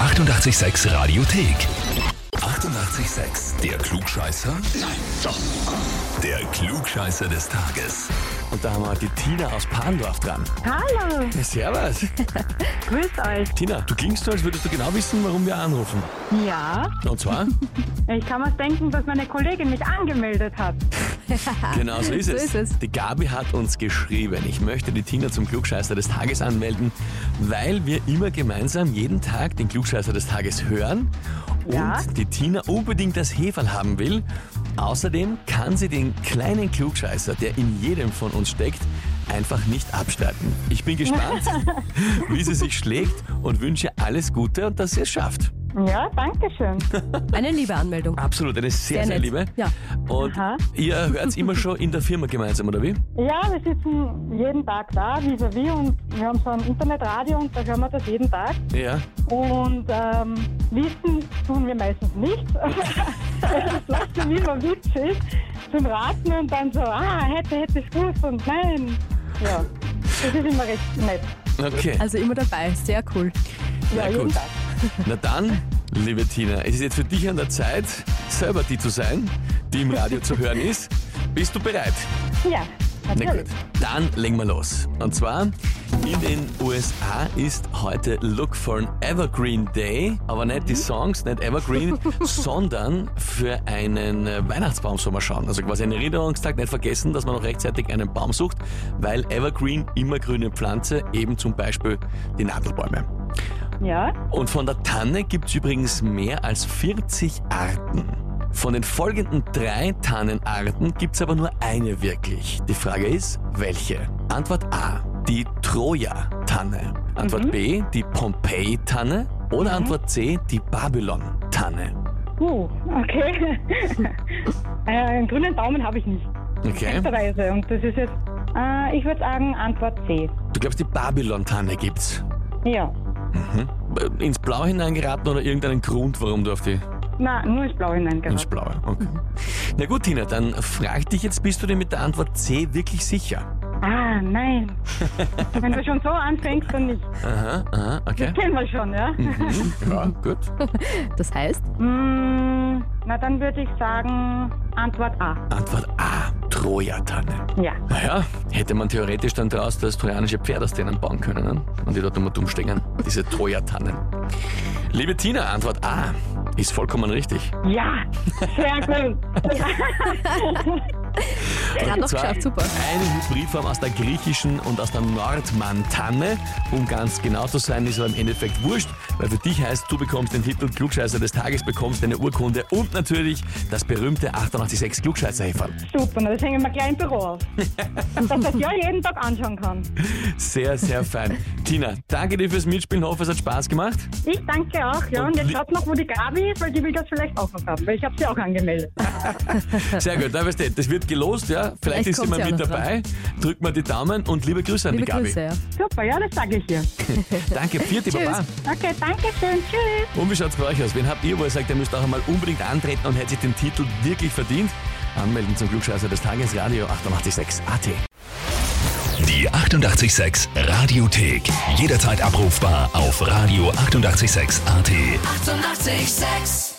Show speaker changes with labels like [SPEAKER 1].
[SPEAKER 1] 886 Radiothek. 88,6. Der Klugscheißer? Nein, doch. Der Klugscheißer des Tages.
[SPEAKER 2] Und da haben wir die Tina aus Pandorf dran.
[SPEAKER 3] Hallo,
[SPEAKER 2] Servus.
[SPEAKER 3] grüß euch.
[SPEAKER 2] Tina, du klingst so, als würdest du genau wissen, warum wir anrufen.
[SPEAKER 3] Ja,
[SPEAKER 2] Und zwar,
[SPEAKER 3] ich kann mir denken, dass meine Kollegin mich angemeldet hat.
[SPEAKER 2] genau so ist,
[SPEAKER 4] So
[SPEAKER 2] es.
[SPEAKER 4] ist es.
[SPEAKER 2] Die Gabi hat uns geschrieben, ich möchte die Tina zum Klugscheißer des Tages anmelden, weil wir immer gemeinsam jeden Tag den Klugscheißer des Tages hören und
[SPEAKER 3] Ja.
[SPEAKER 2] die Tina unbedingt das Heferl haben will. Außerdem kann sie den kleinen Klugscheißer, der in jedem von uns steckt, einfach nicht abstreiten. Ich bin gespannt, wie sie sich schlägt und wünsche alles Gute und dass sie es schafft.
[SPEAKER 3] Ja, danke schön.
[SPEAKER 4] Eine liebe Anmeldung.
[SPEAKER 2] Absolut, eine sehr,
[SPEAKER 4] Sehr
[SPEAKER 2] sehr,
[SPEAKER 4] nett.
[SPEAKER 2] liebe.
[SPEAKER 4] Ja.
[SPEAKER 2] Und
[SPEAKER 3] Aha.
[SPEAKER 2] ihr hört es immer schon in der Firma gemeinsam, oder wie?
[SPEAKER 3] Ja, wir sitzen jeden Tag da, vis-à-vis, und wir haben so ein Internetradio und da hören wir das jeden Tag.
[SPEAKER 2] Ja.
[SPEAKER 3] Und ähm, wissen tun wir meistens nicht. das macht dann immer witzig zum Raten und dann so, ah, hätte, hätte ich gewusst und nein. Ja, das ist immer recht nett.
[SPEAKER 2] Okay.
[SPEAKER 4] Also immer dabei, sehr cool.
[SPEAKER 3] Ja,
[SPEAKER 2] Na
[SPEAKER 3] jeden
[SPEAKER 2] gut.
[SPEAKER 3] Tag.
[SPEAKER 2] Na dann, liebe Tina, es ist jetzt für dich an der Zeit, selber die zu sein, die im Radio zu hören ist. Bist du bereit?
[SPEAKER 3] Ja,
[SPEAKER 2] Na
[SPEAKER 3] natürlich.
[SPEAKER 2] gut. Dann legen wir los. Und zwar, in den USA ist heute Look for an Evergreen Day, aber nicht die Songs, nicht Evergreen, sondern für einen äh, Weihnachtsbaum soll man schauen. Also quasi einen Erinnerungstag, nicht vergessen, dass man noch rechtzeitig einen Baum sucht, weil Evergreen, immer grüne Pflanze, eben zum Beispiel die Nadelbäume.
[SPEAKER 3] Ja,
[SPEAKER 2] Und von der Tanne gibt's übrigens mehr als 40 Arten. Von den folgenden drei Tannenarten gibt's aber nur eine wirklich. Die Frage ist, welche? Antwort A, die Troja-Tanne. Antwort B, die Pompeii-Tanne. Oder Antwort C, die Babylon-Tanne.
[SPEAKER 3] Uh, okay. äh, einen grünen Daumen habe ich nicht.
[SPEAKER 2] Okay?
[SPEAKER 3] Weise. Und das ist jetzt, äh, ich würde sagen, Antwort C.
[SPEAKER 2] Du glaubst, die Babylon-Tanne gibt's?
[SPEAKER 3] Ja.
[SPEAKER 2] Äh, Ins Blaue hineingeraten oder irgendeinen Grund, warum du auf die
[SPEAKER 3] Na, nur ins Blau
[SPEAKER 2] ins
[SPEAKER 3] hineingeraten.
[SPEAKER 2] Blaue? Okay. Na gut, Tina, dann frag dich jetzt, bist du dir mit der Antwort C wirklich sicher?
[SPEAKER 3] Ah, nein. Wenn du schon so anfängst, dann nicht.
[SPEAKER 2] Aha, aha, okay.
[SPEAKER 3] Kennen wir schon, ja?
[SPEAKER 2] Mhm, ja, gut.
[SPEAKER 4] Das heißt,
[SPEAKER 3] Mm, na, dann würde ich sagen, Antwort A.
[SPEAKER 2] Antwort A, Troja-Tanne.
[SPEAKER 3] Ja.
[SPEAKER 2] Naja, hätte man theoretisch dann daraus das trojanische Pferd aus denen bauen können ne? und die dort immer dumm stehen, diese Troja-Tannen. Liebe Tina, Antwort A ist vollkommen richtig.
[SPEAKER 3] Ja, sehr gut.
[SPEAKER 4] gerade noch
[SPEAKER 2] zwar
[SPEAKER 4] geschafft, super.
[SPEAKER 2] Eine Hybridform aus der griechischen und aus der Nordmann-Tanne. Um ganz genau zu sein, ist aber im Endeffekt wurscht, weil für dich heißt, du bekommst den Titel Klugscheißer des Tages, bekommst deine Urkunde und natürlich das berühmte 886 Klugscheißer-Heferl.
[SPEAKER 3] Super, na, das hängen wir gleich im Büro auf. Dass das ja jeden Tag anschauen kann.
[SPEAKER 2] Sehr, sehr fein. Tina, danke dir fürs Mitspielen. Hoffe, es hat Spaß gemacht.
[SPEAKER 3] Ich danke auch, ja. Und jetzt schaut noch, wo die Gabi ist, weil die will das vielleicht auch noch haben, weil ich habe sie auch angemeldet.
[SPEAKER 2] Sehr gut. Na, weißt du, das wird gelost, ja. Vielleicht,
[SPEAKER 4] Vielleicht
[SPEAKER 2] ist
[SPEAKER 4] kommt
[SPEAKER 2] jemand
[SPEAKER 4] sie
[SPEAKER 2] mit
[SPEAKER 4] auch noch
[SPEAKER 2] dabei. Drück mal die Daumen und liebe Grüße an
[SPEAKER 4] Liebe
[SPEAKER 2] die Gabi.
[SPEAKER 4] Grüße. Ja.
[SPEAKER 3] Super, ja, das sage ich ihr.
[SPEAKER 2] Danke, vierte
[SPEAKER 4] Tschüss.
[SPEAKER 2] Baba.
[SPEAKER 3] Okay, danke schön. Tschüss.
[SPEAKER 2] Und wie schaut's bei euch aus? Wen habt ihr, wo ihr sagt, ihr müsst auch einmal unbedingt antreten und hätte sich den Titel wirklich verdient? Anmelden zum Glückscheißer des Tages, Radio 886 AT.
[SPEAKER 1] Die 88,6 Radiothek. Jederzeit abrufbar auf radio886.at. 88,6.
[SPEAKER 5] Eighty-eight, sex.